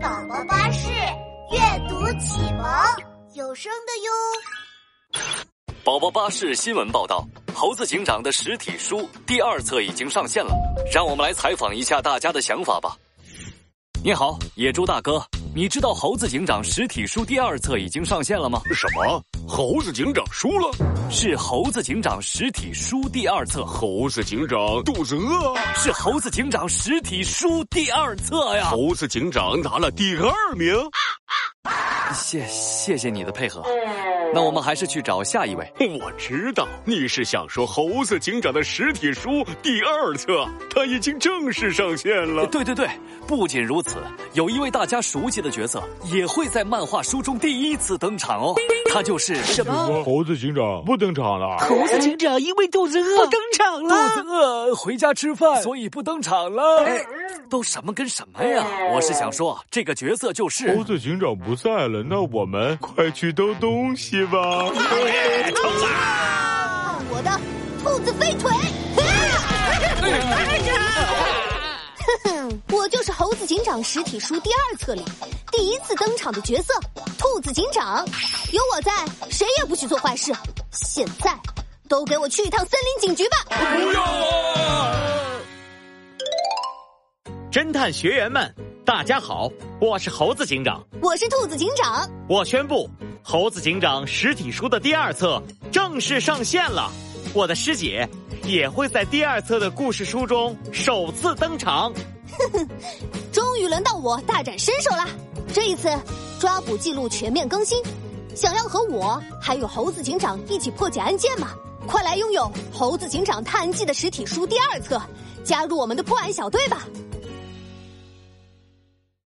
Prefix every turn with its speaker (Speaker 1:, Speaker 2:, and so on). Speaker 1: 宝宝巴士阅读启蒙有声的
Speaker 2: 哟。宝宝巴士新闻报道：猴子警长的实体书第二册已经上线了，让我们来采访一下大家的想法吧。你好，野猪大哥，你知道猴子警长实体书第二册已经上线了吗？
Speaker 3: 什么？猴子警长输了？
Speaker 2: 是猴子警长实体书第二册。
Speaker 3: 猴子警长肚子饿、
Speaker 2: 啊？是猴子警长实体书第二册呀。
Speaker 3: 猴子警长拿了第二名。
Speaker 2: 啊啊、谢谢谢你的配合，那我们还是去找下一位。
Speaker 3: 我知道你是想说猴子警长的实体书第二册，它已经正式上线了。
Speaker 2: 对对对，不仅如此。有一位大家熟悉的角色也会在漫画书中第一次登场哦，他就是
Speaker 4: 什么
Speaker 5: 猴子警长不登场了。
Speaker 4: 猴子警长因为肚子饿
Speaker 6: 不登场了，
Speaker 2: 肚子饿回家吃饭，所以不登场了。哎、都什么跟什么呀？我是想说，这个角色就是
Speaker 7: 哦
Speaker 5: 猴子警长不在了，那我们快去偷东西吧！
Speaker 1: 啊、我的兔子飞腿！啊 我就是猴子警长实体书第二册里第一次登场的角色，兔子警长。有我在，谁也不许做坏事。现在，都给我去一趟森林警局吧！
Speaker 3: 不要啊！
Speaker 7: 侦探学员们，大家好，我是猴子警长，
Speaker 1: 我是兔子警长。
Speaker 7: 我宣布，猴子警长实体书的第二册正式上线了。我的师姐。也会在第二册的故事书中首次登场。
Speaker 1: 终于轮到我大展身手啦！这一次抓捕记录全面更新，想要和我还有猴子警长一起破解案件吗？快来拥有《猴子警长探案记》的实体书第二册，加入我们的破案小队吧！